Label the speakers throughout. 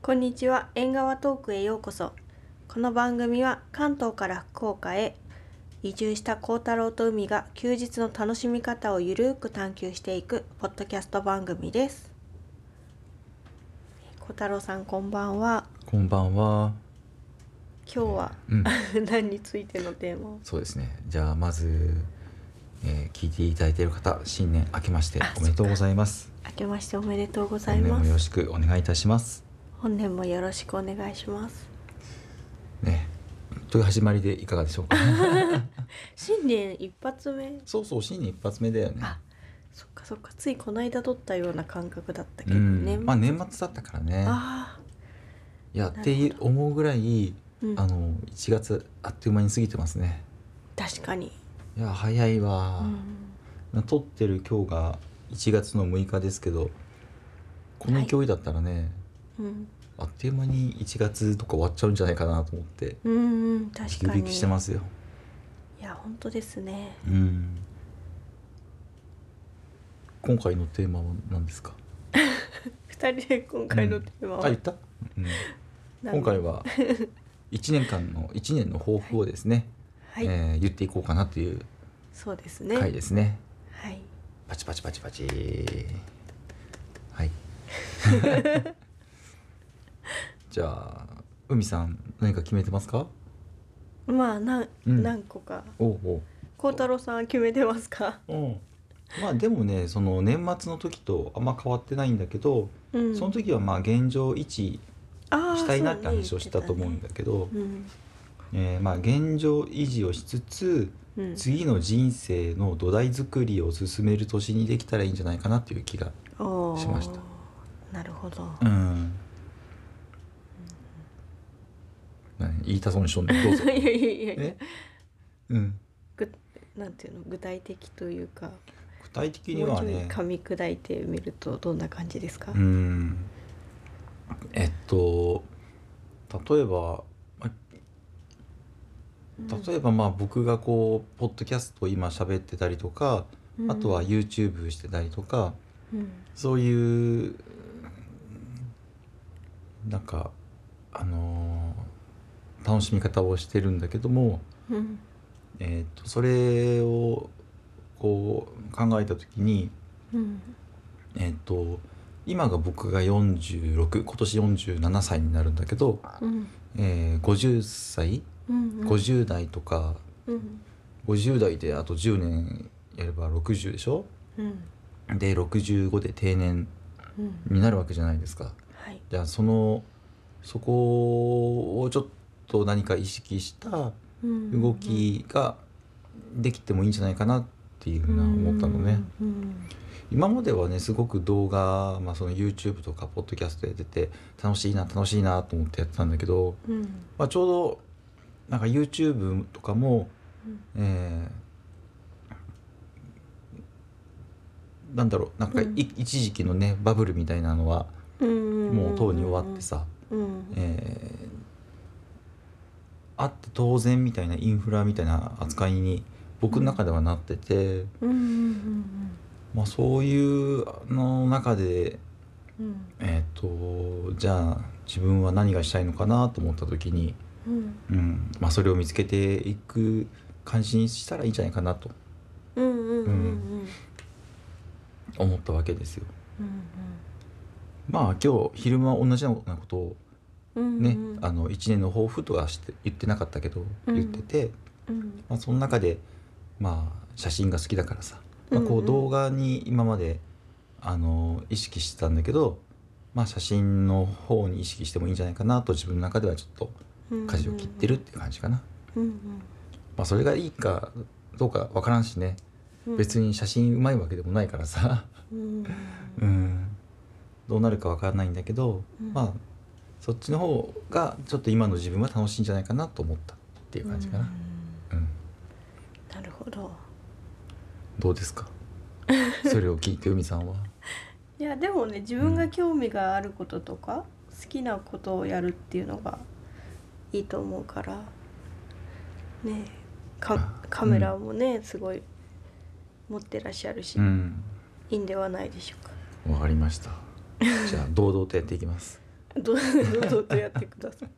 Speaker 1: こんにちは縁側トークへようこそこの番組は関東から福岡へ移住した幸太郎と海が休日の楽しみ方をゆるーく探求していくポッドキャスト番組です幸太郎さんこんばんは
Speaker 2: こんばんは。
Speaker 1: 今日は、
Speaker 2: うん
Speaker 1: 何についてのテーマを
Speaker 2: そうですね。じゃあまず、えー聞いていただいている方、新年明けましておめでとうございます。
Speaker 1: 明けましておめでとうござい
Speaker 2: 本年
Speaker 1: ま
Speaker 2: もよろ
Speaker 1: す
Speaker 2: しくお願いいたします。
Speaker 1: 本年もよろしくお願いします
Speaker 2: ね。という始まりでいかがでしょうか。
Speaker 1: 新年一発目
Speaker 2: そうそう新年一発目だよね。
Speaker 1: あそっかそっかついこの間撮ったような感覚だったけ
Speaker 2: う
Speaker 1: ど
Speaker 2: ん
Speaker 1: ね、。
Speaker 2: まあ年末だったからね。
Speaker 1: あ
Speaker 2: いやっ
Speaker 1: ほど
Speaker 2: ていう思うぐらい、
Speaker 1: ー、うん、
Speaker 2: あの1月あっという間に過ぎてますね。
Speaker 1: 確かに、
Speaker 2: いや早いうわ。
Speaker 1: ん、
Speaker 2: な撮ってる今日が1月の6日ですけど、こ
Speaker 1: は
Speaker 2: の
Speaker 1: い
Speaker 2: 勢いだったらね。
Speaker 1: うん、
Speaker 2: あっという間に1月とか終わっちゃうんじゃないかなと思って
Speaker 1: うんうん
Speaker 2: ビ
Speaker 1: 確
Speaker 2: ク
Speaker 1: か
Speaker 2: ビ
Speaker 1: に
Speaker 2: クしてますよ。
Speaker 1: いや本当ですね
Speaker 2: うん。今回のテーマは何ですか。
Speaker 1: 二人で今回のテーマ
Speaker 2: あ
Speaker 1: は、
Speaker 2: 言った？うん、今 回は1年間の1年の抱負をですね、
Speaker 1: はい、
Speaker 2: えー言っていこうかなという
Speaker 1: そうですね
Speaker 2: 回ですね。
Speaker 1: はい
Speaker 2: パチパチパチパチ。 はい。 じゃあ海さん何か決めてますか？
Speaker 1: まあなん、
Speaker 2: うん
Speaker 1: 何個か
Speaker 2: おうおう。
Speaker 1: 孝太郎さんは決めてますか
Speaker 2: うん、まあでもねその年末の時とあんま変わってないんだけど、
Speaker 1: うん
Speaker 2: その時はまあ現状維持
Speaker 1: あー
Speaker 2: したいなって
Speaker 1: そうね
Speaker 2: 話をしたと思うんだけど、
Speaker 1: 言って
Speaker 2: えーまあ現状維持をしつつ
Speaker 1: たねうん、うん、
Speaker 2: 次の人生の土台作りを進める年にできたらいいんじゃないかなっていう気が、
Speaker 1: おー
Speaker 2: しました
Speaker 1: なるほど、
Speaker 2: うん、何言いたそうにしとんねんどうぞ
Speaker 1: いやいやいやいや
Speaker 2: え、うん、
Speaker 1: ぐなんていうの具体的というか
Speaker 2: 具体的に
Speaker 1: もう
Speaker 2: は
Speaker 1: ちょい
Speaker 2: ね
Speaker 1: 噛み砕いてみるとどんな感じですか、
Speaker 2: うんえっと例えば例えばまあ僕がこうポッドキャストを今喋ってたりとか、
Speaker 1: うん
Speaker 2: あとは YouTube してたりとか
Speaker 1: うん
Speaker 2: そういううんなんかあのー楽しみ方をしてるんだけども、
Speaker 1: うん
Speaker 2: えー、とそれをこう考えた時に、
Speaker 1: うん
Speaker 2: えー、と今が僕が46今年47歳になるんだけど、
Speaker 1: うん
Speaker 2: えー50歳
Speaker 1: うんうん
Speaker 2: 50代とか
Speaker 1: うん
Speaker 2: 50代であと10年やれば60でしょ
Speaker 1: うん
Speaker 2: で65で定年
Speaker 1: うん
Speaker 2: になるわけじゃないですか
Speaker 1: はい
Speaker 2: じゃあそのそこをちょっと何か意識した
Speaker 1: うん
Speaker 2: 動きができてもいいんじゃないかなっていうふうな思ったのね
Speaker 1: うんうん
Speaker 2: 今まではねすごく動画、まあ、その YouTube とかポッドキャストやってて楽しいな楽しいなと思ってやってたんだけど、
Speaker 1: うん
Speaker 2: まあ、ちょうどなんか YouTube とかも
Speaker 1: うん
Speaker 2: えーなんだろうなんかい、
Speaker 1: うん
Speaker 2: 一時期のねバブルみたいなのは
Speaker 1: うんんん
Speaker 2: もうとうに終わってさ、
Speaker 1: うん
Speaker 2: えーあって当然みたいなインフラみたいな扱いに僕の中ではなってて、
Speaker 1: うんうん
Speaker 2: まあ、そういうの中で、
Speaker 1: うんうん
Speaker 2: えー、とじゃあ自分は何がしたいのかなと思った時に、
Speaker 1: うん
Speaker 2: うんまあ、それを見つけていく感じにしたらいいんじゃないかなと
Speaker 1: うんうんうんうんうん
Speaker 2: 思ったわけですよ。
Speaker 1: うん
Speaker 2: まあ今日昼間は同じようなことを
Speaker 1: うん
Speaker 2: ね、
Speaker 1: うん
Speaker 2: あの1年の抱負とはして言ってなかったけど
Speaker 1: うん
Speaker 2: 言ってて、
Speaker 1: うん
Speaker 2: まあ、その中でまあ写真が好きだからさ、まあ、
Speaker 1: うん
Speaker 2: こ
Speaker 1: う
Speaker 2: うん動画に今まであの意識してたんだけど、まあ、写真の方に意識してもいいんじゃないかなと自分の中ではちょっと舵を切ってるっていう感じかな。
Speaker 1: うんうん
Speaker 2: まあ、それがいいかどうかわからんしね
Speaker 1: うん
Speaker 2: 別に写真うまいわけでもないからさ。
Speaker 1: うん
Speaker 2: うん、どうなるかわからないんだけど、
Speaker 1: うん
Speaker 2: まあそっちの方がちょっと今の自分は楽しいんじゃないかなと思ったっていう感じかな、うん
Speaker 1: なるほど
Speaker 2: どうです かそれを聞いて海さんはい
Speaker 1: やでもね自分が興味があることとか、好きなことをやるっていうのがいいと思うからねえか
Speaker 2: あ
Speaker 1: カメラもね、すごい持ってらっしゃるし、
Speaker 2: うん
Speaker 1: いいんではないでしょうか
Speaker 2: わかりましたじゃあ堂々とやっていきます
Speaker 1: どうどうぞやってくださ い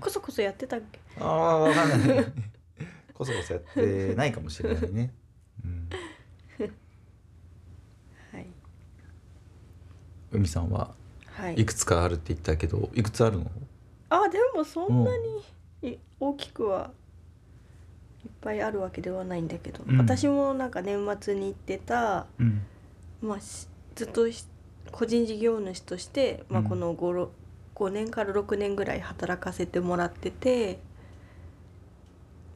Speaker 1: こそこそやってたっけ
Speaker 2: ああわかんない こそこそやってないかもしれないね、うん、
Speaker 1: はい
Speaker 2: 海さんは
Speaker 1: はいい
Speaker 2: くつかあるって言ったけどいくつあるの
Speaker 1: あでもそんなにい大きくはいっぱいあるわけではないんだけど、
Speaker 2: うん
Speaker 1: 私もなんか年末に行ってた、
Speaker 2: うん
Speaker 1: まあ、しずっとし個人事業主として、まあ、
Speaker 2: うん
Speaker 1: この 5, ろ5年から6年ぐらい働かせてもらってて、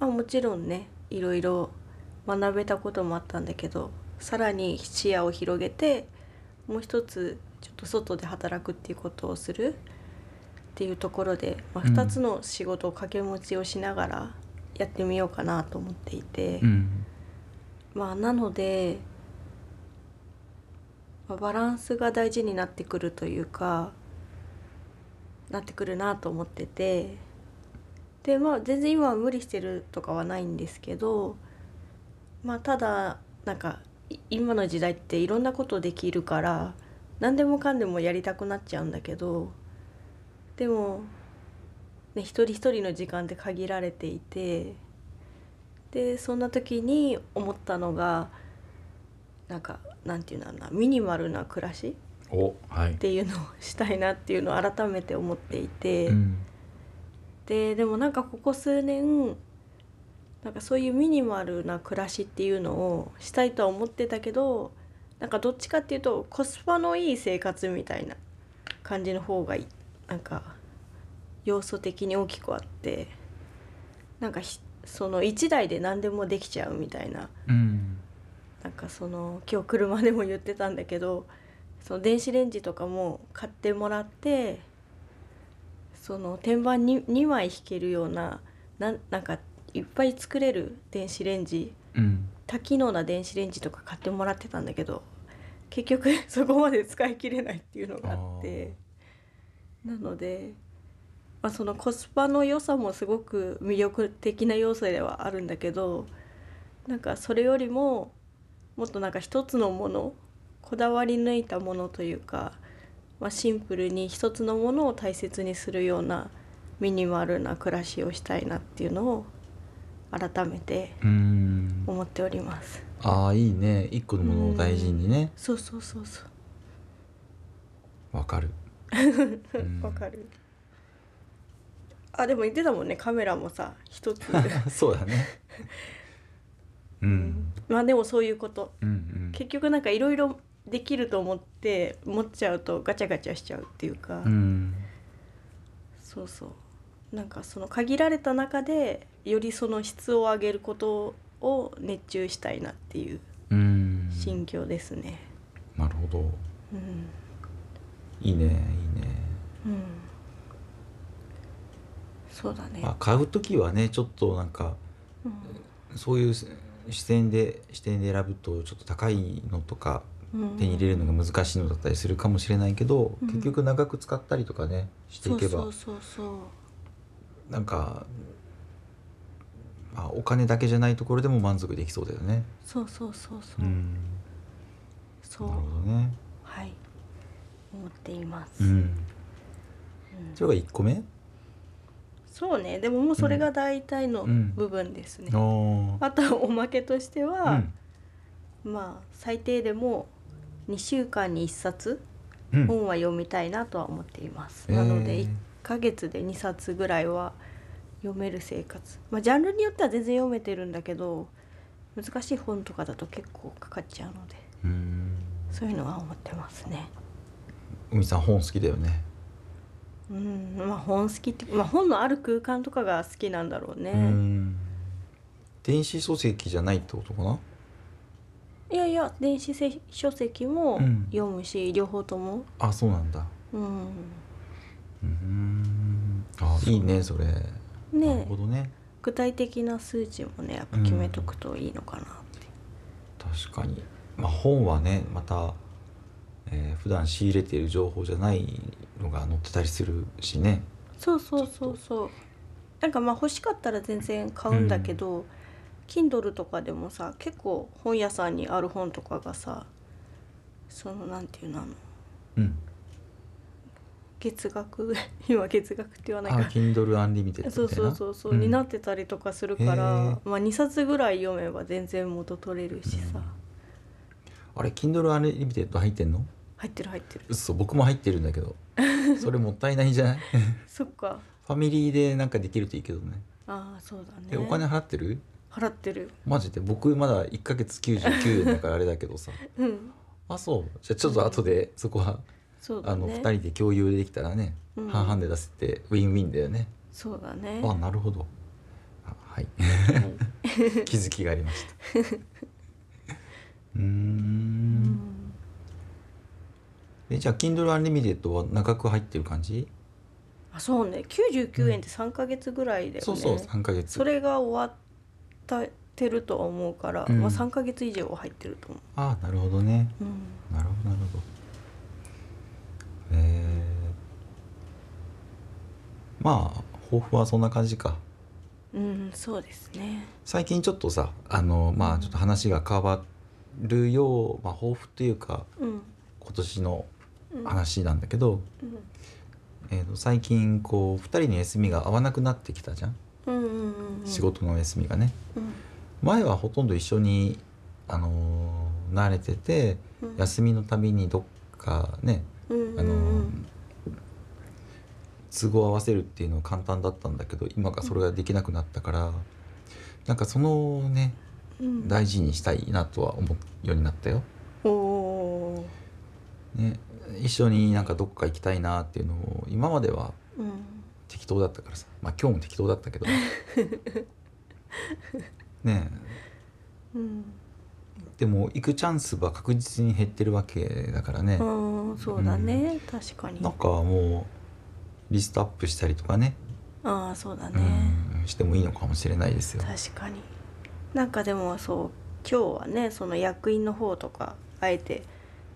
Speaker 1: まあ、もちろんねいろいろ学べたこともあったんだけどさらに視野を広げてもう一つちょっと外で働くっていうことをするっていうところで、まあ、
Speaker 2: うん
Speaker 1: 2つの仕事を掛け持ちをしながらやってみようかなと思っていて。
Speaker 2: うん
Speaker 1: まあなので、まあ、バランスが大事になってくるというかなってくるなと思っててでまあ全然今は無理してるとかはないんですけどまあただなんかい今の時代っていろんなことできるから何でもかんでもやりたくなっちゃうんだけどでも、ね、一人一人の時間って限られていて。でそんな時に思ったのがなんかなんていうんだろうなミニマルな暮らし
Speaker 2: おはい
Speaker 1: っ、ていうのをしたいなっていうのを改めて思っていて、
Speaker 2: うん、
Speaker 1: ででもなんかここ数年なんかそういうミニマルな暮らしっていうのをしたいとは思ってたけどなんかどっちかっていうとコスパのいい生活みたいな感じの方がいなんか要素的に大きくあってなんかひその1台で何でもできちゃうみたいな
Speaker 2: うん、
Speaker 1: なんかその今日車でも言ってたんだけどその電子レンジとかも買ってもらってその天板に2枚引けるようななんなんかいっぱい作れる電子レンジ
Speaker 2: うん、
Speaker 1: 多機能な電子レンジとか買ってもらってたんだけど結局 そこまで使い切れないっていうのがあってなので、まあ、そのコスパの良さもすごく魅力的な要素ではあるんだけどなんかそれよりももっとなんか一つのものこだわり抜いたものというか、まあ、シンプルに一つのものを大切にするようなミニマルな暮らしをしたいなっていうのを改めて
Speaker 2: うん、
Speaker 1: 思っております。
Speaker 2: ああいいね一個のものを大事にね
Speaker 1: そうそうそうそ
Speaker 2: わかる
Speaker 1: う
Speaker 2: うん
Speaker 1: わ、かるあでも言ってたもんねカメラもさ一つ
Speaker 2: そうだねうん
Speaker 1: まあでもそういうこと
Speaker 2: うんうん
Speaker 1: 結局なんかいろいろできると思って持っちゃうとガチャガチャしちゃうっていうか、
Speaker 2: うん
Speaker 1: そうそうなんかその限られた中でよりその質を上げることを熱中したいなっていう
Speaker 2: うん
Speaker 1: 心境ですね
Speaker 2: なるほど
Speaker 1: うん
Speaker 2: いいねいいね
Speaker 1: うんそうだね
Speaker 2: まあ買う時はねちょっとなんかそういう視点で視点で選ぶとちょっと高いのとか
Speaker 1: うん
Speaker 2: 手に入れるのが難しいのだったりするかもしれないけど、
Speaker 1: うん
Speaker 2: 結局長く使ったりとかねしていけば
Speaker 1: そうそうそうそう
Speaker 2: なんか、まあ、お金だけじゃないところでも満足できそうだよね。
Speaker 1: そうそうそうそう、
Speaker 2: うん、
Speaker 1: そ
Speaker 2: な
Speaker 1: う
Speaker 2: るほどね。
Speaker 1: はい思っています、
Speaker 2: う
Speaker 1: うん
Speaker 2: ん、それが一個目。
Speaker 1: そうねでももうそれが大体の
Speaker 2: うん
Speaker 1: 部分ですね、
Speaker 2: あ
Speaker 1: あとはおまけとして
Speaker 2: あ、
Speaker 1: は、まあ最低でも2週間に1冊
Speaker 2: うん、うん、
Speaker 1: 本は読みたいなとは思っています、
Speaker 2: えー
Speaker 1: なので1ヶ月で2冊ぐらいは読める生活まあジャンルによっては全然読めてるんだけど難しい本とかだと結構かかっちゃうので
Speaker 2: うん、
Speaker 1: そういうのは思ってますね
Speaker 2: 海さん本好きだよね。
Speaker 1: うんまあ本好きって、まあ、本のある空間とかが好きなんだろうね、
Speaker 2: うん、電子書籍じゃないってことかな。
Speaker 1: いやいや電子書籍も
Speaker 2: うん
Speaker 1: 読むし、両方とも
Speaker 2: あ、そうなんだ。
Speaker 1: うん
Speaker 2: うん、あ、いいね、それ。なる
Speaker 1: ね
Speaker 2: ほどね。
Speaker 1: 具体的な数値もねやっぱ決めとくといいのかなって、
Speaker 2: 確かに、まあ、本はねまた、えー普段仕入れている情報じゃないのが載ってたりするしね
Speaker 1: そうそうそうそうなんかまあ欲しかったら全然買うんだけど、Kindle とかでもさ結構本屋さんにある本とかがさそのなんていうのあの
Speaker 2: うん
Speaker 1: 月額 今月額って言わない
Speaker 2: あ
Speaker 1: か
Speaker 2: Kindle Unlimited みたいな
Speaker 1: そうそうそうそう、
Speaker 2: うん
Speaker 1: になってたりとかするから、
Speaker 2: へ
Speaker 1: まあ、2冊ぐらい読めば全然元取れるしさ、
Speaker 2: うんあれ Kindle Unlimited 入ってんの
Speaker 1: 入ってる入ってる
Speaker 2: 嘘僕も入ってるんだ けどそれもったいないんじゃない
Speaker 1: そっか
Speaker 2: ファミリーでなんかできるといいけどね
Speaker 1: ああそうだね
Speaker 2: えお金払ってる
Speaker 1: 払ってる
Speaker 2: マジで僕まだ1ヶ月99円だからあれだけ どさ
Speaker 1: うん
Speaker 2: あそうじゃあちょっと後でそこは、
Speaker 1: そう
Speaker 2: あ
Speaker 1: だ
Speaker 2: の
Speaker 1: ね
Speaker 2: 2人で共有できたらね、
Speaker 1: うん
Speaker 2: 半々で出せてウィンウィンだよね
Speaker 1: そうだね
Speaker 2: あなるほどあ はい
Speaker 1: はい
Speaker 2: 気づきがありました うー
Speaker 1: うんん
Speaker 2: えじゃあ Kindle Unlimited は長く入ってる感じ
Speaker 1: あそうね99円って3か月ぐらいだよね、
Speaker 2: そうそう3ヶ月
Speaker 1: それが終わったてるとは思うから、
Speaker 2: うん
Speaker 1: まあ、3か月以上は入ってると思
Speaker 2: ああなるほどね
Speaker 1: う、うん、
Speaker 2: なるほどなるほどえー、まあ抱負はそんな感じか
Speaker 1: うん、そうですね。
Speaker 2: 最近ちょっとさあのまあちょっと話が変わるよう、まあ、抱負というか
Speaker 1: うん。
Speaker 2: 今年の
Speaker 1: うん
Speaker 2: 話なんだけど、
Speaker 1: うん。
Speaker 2: えー、と最近こう2人の休みが合わなくなってきたじゃん、
Speaker 1: うんうんうん。
Speaker 2: 仕。事の休みがね
Speaker 1: うん。
Speaker 2: 前はほとんど一緒に、あのー慣れてて
Speaker 1: うん
Speaker 2: 休みのたびにどっかね、
Speaker 1: うん。
Speaker 2: あの
Speaker 1: う
Speaker 2: ー
Speaker 1: ん
Speaker 2: 都合合わせるっていうのは簡単だったんだけど今がそれができなくなったから、なんかそのね
Speaker 1: うん。
Speaker 2: 大事にしたいなとは思うようになったよ。
Speaker 1: おお
Speaker 2: ね、一緒になんかどっか行きたいなっていうのを今までは
Speaker 1: ー。うん。
Speaker 2: 適当だったからさまあ今日も適当だった けどね
Speaker 1: うん。
Speaker 2: でも行くチャンスは確実に減ってるわけだからね、
Speaker 1: うん、そうだね、確かに
Speaker 2: なん。かもうリストアップしたりとかね
Speaker 1: ああ、そうだね、
Speaker 2: うん、してもいいのかもしれないですよ。
Speaker 1: 確かに。なんかでも、そう、今日はね、その役員の方とか、あえて。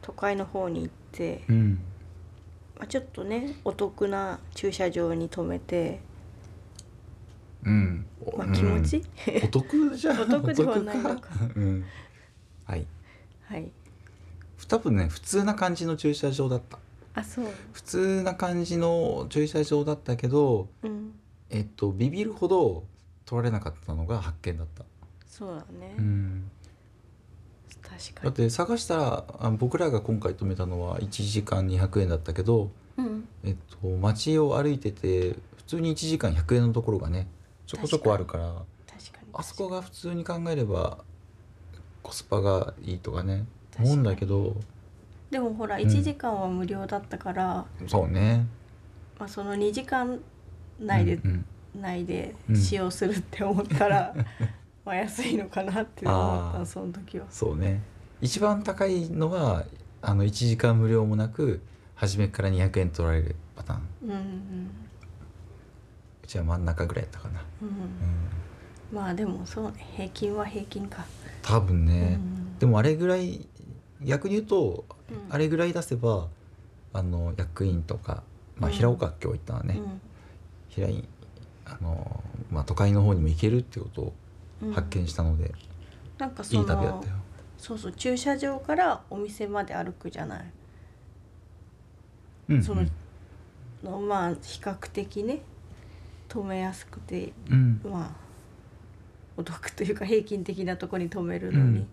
Speaker 1: 都会の方に行って、
Speaker 2: うん、
Speaker 1: まあ、ちょっとね、お得な駐車場に止めて。
Speaker 2: うん
Speaker 1: まあ、気持ち。
Speaker 2: うんお得じゃん
Speaker 1: お得ではないのか
Speaker 2: お得うん、はい
Speaker 1: はい。
Speaker 2: 多分ね普通な感じの駐車場だった
Speaker 1: あ、そう。
Speaker 2: 普通な感じの駐車場だったけど
Speaker 1: うん。
Speaker 2: えっとビビるほど取られなかったのが発見だった、
Speaker 1: そうだね。
Speaker 2: うん、
Speaker 1: 確か
Speaker 2: だ
Speaker 1: に。
Speaker 2: って探したらあ僕らが今回止めたのは1時間200円だったけど、
Speaker 1: うん。
Speaker 2: えっと、街を歩いてて普通に1時間100円のところがねちょこちょこあるから
Speaker 1: 確かに。
Speaker 2: あそこが普通に考えればコスパがいいとかね
Speaker 1: 確かに
Speaker 2: 思うんだけど
Speaker 1: でもほら
Speaker 2: ん
Speaker 1: 1時間は無料だったから、
Speaker 2: そうね
Speaker 1: まあ、その2時間内で、
Speaker 2: うんうん
Speaker 1: 内で
Speaker 2: うん
Speaker 1: 使用するって思った ら、まあ安いのかなって思った
Speaker 2: あー
Speaker 1: のその時は。
Speaker 2: そうね一番高いのはあの1時間無料もなく初めから200円取られるパターン
Speaker 1: うんうん
Speaker 2: うちは真ん中ぐらいやったかな、
Speaker 1: う、
Speaker 2: うんん、
Speaker 1: まあでもそうね平均は平均か。
Speaker 2: 多分ね、
Speaker 1: うん
Speaker 2: でもあれぐらい逆に言うと
Speaker 1: うん
Speaker 2: あれぐらい出せばあの役員とか、まあ、
Speaker 1: うん
Speaker 2: 平岡今日行ったのはね、
Speaker 1: うん
Speaker 2: 平井あの、まあ、都会の方にも行けるってことを
Speaker 1: うん
Speaker 2: 発見したので、
Speaker 1: なんか
Speaker 2: い
Speaker 1: そ
Speaker 2: い旅だったよ
Speaker 1: のそうそう駐車場からお店まで歩くじゃない。
Speaker 2: うん
Speaker 1: そののまあ比較的ね止めやすくて
Speaker 2: うん
Speaker 1: まあお得というか平均的なとこに止めるのに、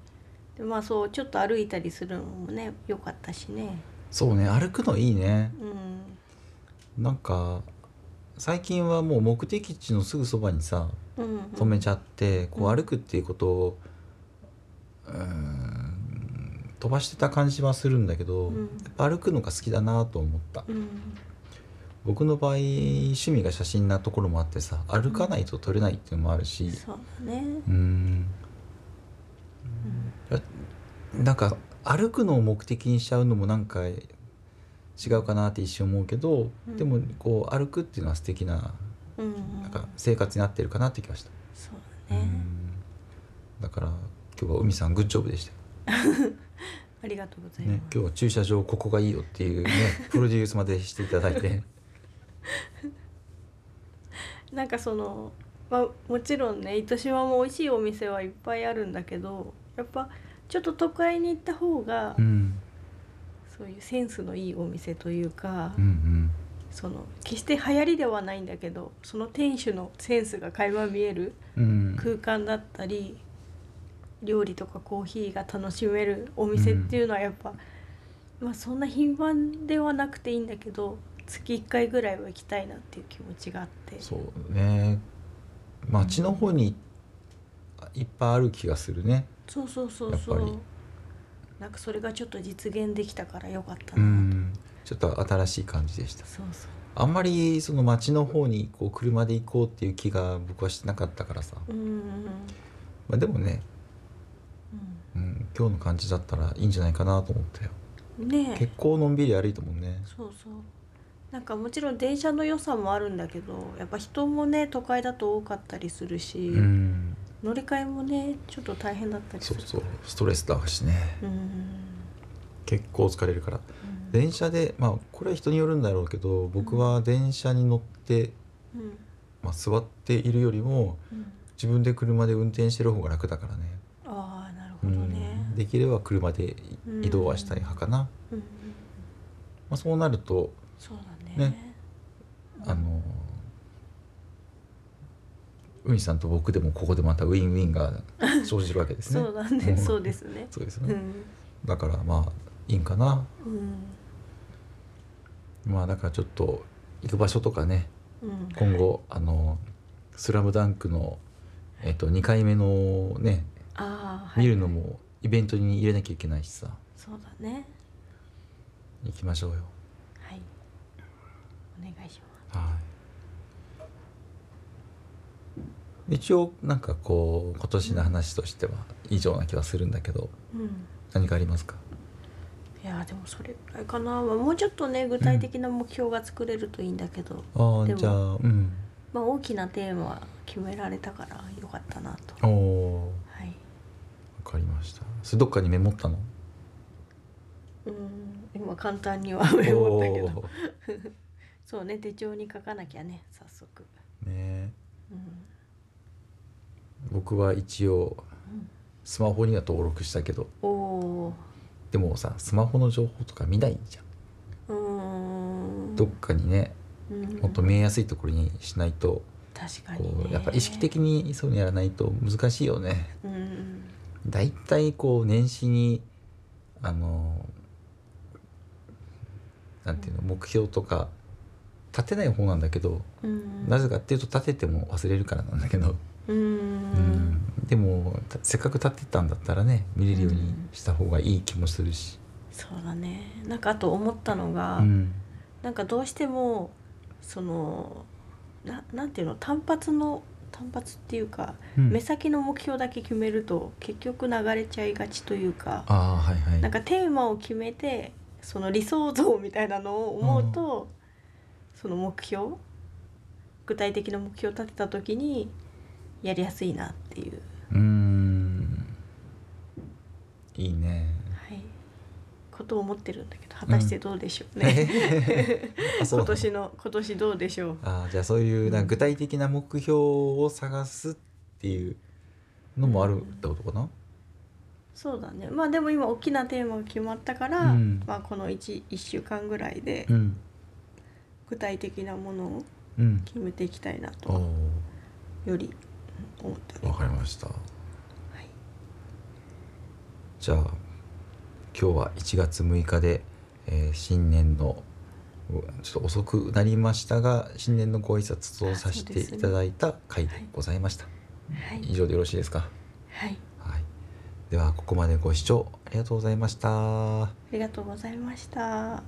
Speaker 1: でまあそうちょっと歩いたりするのもね良かったしね
Speaker 2: そうね歩くのいいね
Speaker 1: うん
Speaker 2: なんか最近はもう目的地のすぐそばにさ
Speaker 1: うん
Speaker 2: 止めちゃって、こ
Speaker 1: う
Speaker 2: うん歩くっていうことをうーん飛ばしてた感じはするんだけど、
Speaker 1: うん
Speaker 2: やっぱ歩くのが好きだなと思った
Speaker 1: うん
Speaker 2: 僕の場合趣味が写真なところもあってさ歩かないと撮れないっていうのもあるし
Speaker 1: そうだね
Speaker 2: うーんいやなんか歩くのを目的にしちゃうのもなんか違うかなって一瞬思うけど、
Speaker 1: うん
Speaker 2: でもこう歩くっていうのは素敵な
Speaker 1: うんうん
Speaker 2: なんか生活になってるかなって気がした、
Speaker 1: そう
Speaker 2: う
Speaker 1: だね、
Speaker 2: んだから今日は海さんグッジョブでしたよ
Speaker 1: ありがとうござい
Speaker 2: ね
Speaker 1: ま、す、
Speaker 2: 今日は駐車場ここがいいよっていうね プロデュースまでしていただいて
Speaker 1: なんかそのまあもちろんね糸島も美味しいお店はいっぱいあるんだけどやっぱちょっと都会に行った方が、
Speaker 2: うん
Speaker 1: そういうセンスのいいお店というか、
Speaker 2: うんうん
Speaker 1: その決して流行りではないんだけどその店主のセンスが垣間見える
Speaker 2: うん
Speaker 1: 空間だったり料理とかコーヒーが楽しめるお店っていうのはやっぱ、まあそんな頻繁ではなくていいんだけど月1回ぐらいは行きたいなっていう気持ちがあって
Speaker 2: そうね街の方にいっぱいある気がするね
Speaker 1: そうそうそうそ
Speaker 2: やっ
Speaker 1: う
Speaker 2: ぱり
Speaker 1: なんかそれがちょっと実現できたからよかった
Speaker 2: う
Speaker 1: な、
Speaker 2: んちょっと新しい感じでした
Speaker 1: そうそう
Speaker 2: あんまりその街の方にこう車で行こうっていう気が僕はしてなかったからさ、
Speaker 1: うんうんうん
Speaker 2: まあ、でもね、うん、今日の感じだったらいいんじゃないかなと思ったよ
Speaker 1: うんねえ
Speaker 2: 結構のんびり歩いたもんね
Speaker 1: そうそうなんかもちろん電車の良さもあるんだけどやっぱ人もね都会だと多かったりするし、
Speaker 2: うん
Speaker 1: 乗り換えもねちょっと大変だったりす
Speaker 2: そう
Speaker 1: る
Speaker 2: そうストレスだしね
Speaker 1: うん
Speaker 2: 結構疲れるから
Speaker 1: うん
Speaker 2: 電車でまあこれは人によるんだろうけど僕は電車に乗って、
Speaker 1: うん
Speaker 2: まあ、座っているよりも
Speaker 1: うん
Speaker 2: 自分で車で運転してる方が楽だからね
Speaker 1: ああなる
Speaker 2: う
Speaker 1: ほど
Speaker 2: ん
Speaker 1: ね、
Speaker 2: できれば車で
Speaker 1: うん
Speaker 2: 移動はしたい派かな、
Speaker 1: うんうん、
Speaker 2: まあ、そうなると
Speaker 1: そうだね
Speaker 2: ねあのウニさんと僕でもここでまたウィンウィン が生じるわけですね
Speaker 1: そうだね、
Speaker 2: うん
Speaker 1: そうですね
Speaker 2: そうです
Speaker 1: う
Speaker 2: ね
Speaker 1: ん、
Speaker 2: だからまあいいんかな
Speaker 1: うん
Speaker 2: まあだからちょっと行く場所とかね
Speaker 1: うん、
Speaker 2: 今後あの「スラムダンクのえっと2回目のね
Speaker 1: ああはい
Speaker 2: 見るのもイベントに入れなきゃいけないしさ
Speaker 1: そうだね
Speaker 2: 行きましょうよ
Speaker 1: はいお願いしま
Speaker 2: はい一応なんかこう今年の話としては以上な気はするんだけど
Speaker 1: すうん
Speaker 2: 何かありますか
Speaker 1: いやーでもそれぐらいかな、まあ、もうちょっとね具体的な目標が作れるといいんだけど、
Speaker 2: あ
Speaker 1: で
Speaker 2: あ
Speaker 1: も
Speaker 2: じゃあうん
Speaker 1: まあ大きなテーマは決められたからよかったなと
Speaker 2: おお
Speaker 1: はい
Speaker 2: 分かりましたそれどっかにメモったの
Speaker 1: うん今簡単には メモったけど
Speaker 2: おー
Speaker 1: そうね手帳に書かなきゃね早速
Speaker 2: ねえ
Speaker 1: うん
Speaker 2: 僕は一応スマホには登録したけど
Speaker 1: おお
Speaker 2: でもさスマホの情報とか見ないじゃ
Speaker 1: ー
Speaker 2: ん、
Speaker 1: うーん
Speaker 2: どっかにね
Speaker 1: うん
Speaker 2: もっと見えやすいところにしないと、
Speaker 1: 確かに
Speaker 2: こ
Speaker 1: ね
Speaker 2: うやっぱ意識的にそういうのやらないと難しいよね
Speaker 1: うん
Speaker 2: 大体こう年始にあのなんていうの目標とか立てない方なんだけど、
Speaker 1: うん
Speaker 2: なぜかっていうと立てても忘れるからなんだけど、
Speaker 1: うん
Speaker 2: うんでもたせっかく立てたんだったらね見れるようにした方がいい気もするし、
Speaker 1: そうだねなんかあと思ったのが、
Speaker 2: うん
Speaker 1: なんかどうしてもそのななんていうの単発の単発っていうか、
Speaker 2: うん
Speaker 1: 目先の目標だけ決めると結局流れちゃいがちというか
Speaker 2: ああはいはい
Speaker 1: なんかテーマを決めてその理想像みたいなのを思うと、その目標具体的な目標を立てた時にやりやすいなっていう、
Speaker 2: うーんいいね
Speaker 1: はい、ことを思ってるんだけど果たしてどうでしょうね、
Speaker 2: あそう
Speaker 1: 今
Speaker 2: なの
Speaker 1: 年の今年どうでしょう
Speaker 2: あーじゃあそういうなんか具体的な目標を探すっていうのもあるってことかな、
Speaker 1: そうだねまあでも今大きなテーマが決まったから、
Speaker 2: うん
Speaker 1: まあ、この 1, 1週間ぐらいで
Speaker 2: ん
Speaker 1: 具体的なものを
Speaker 2: うん
Speaker 1: 決めていきたいな
Speaker 2: お
Speaker 1: とよりうん思っており
Speaker 2: わ
Speaker 1: ます
Speaker 2: かりました
Speaker 1: はい
Speaker 2: じゃあ今日は1月6日で、えー新年のうちょっと遅くなりましたが新年のご挨拶をさせていただいた回でございました、
Speaker 1: はい
Speaker 2: 以上でよろしいですか、
Speaker 1: はい、
Speaker 2: はい、ではここまでご視聴ありがとうございました
Speaker 1: ありがとうございました。